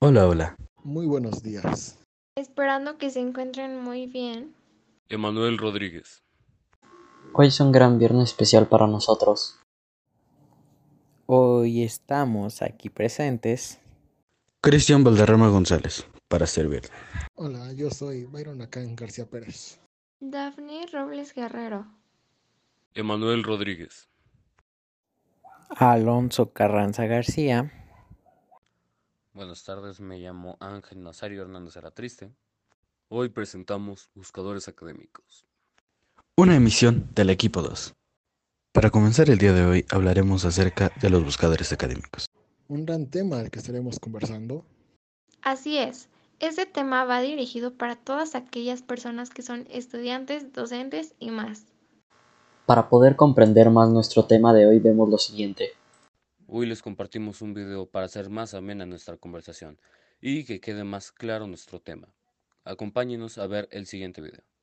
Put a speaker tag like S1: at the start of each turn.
S1: Hola, hola.
S2: Muy buenos días.
S3: Esperando que se encuentren muy bien.
S4: Emanuel Rodríguez.
S5: Hoy es un gran viernes especial para nosotros.
S6: Hoy estamos aquí presentes.
S1: Cristian Valderrama González, para servirle.
S2: Hola, yo soy Byron Acán García Pérez.
S3: Daphne Robles Guerrero.
S4: Emanuel Rodríguez.
S6: Alonso Carranza García.
S7: Buenas tardes, me llamo Ángel Nazario Hernández Aratriste. Hoy presentamos Buscadores Académicos.
S1: Una emisión del equipo 2. Para comenzar el día de hoy hablaremos acerca de los buscadores académicos.
S2: Un gran tema del que estaremos conversando.
S3: Así es, este tema va dirigido para todas aquellas personas que son estudiantes, docentes y más.
S5: Para poder comprender más nuestro tema de hoy vemos lo siguiente.
S7: Hoy les compartimos un video para hacer más amena nuestra conversación y que quede más claro nuestro tema. Acompáñenos a ver el siguiente video.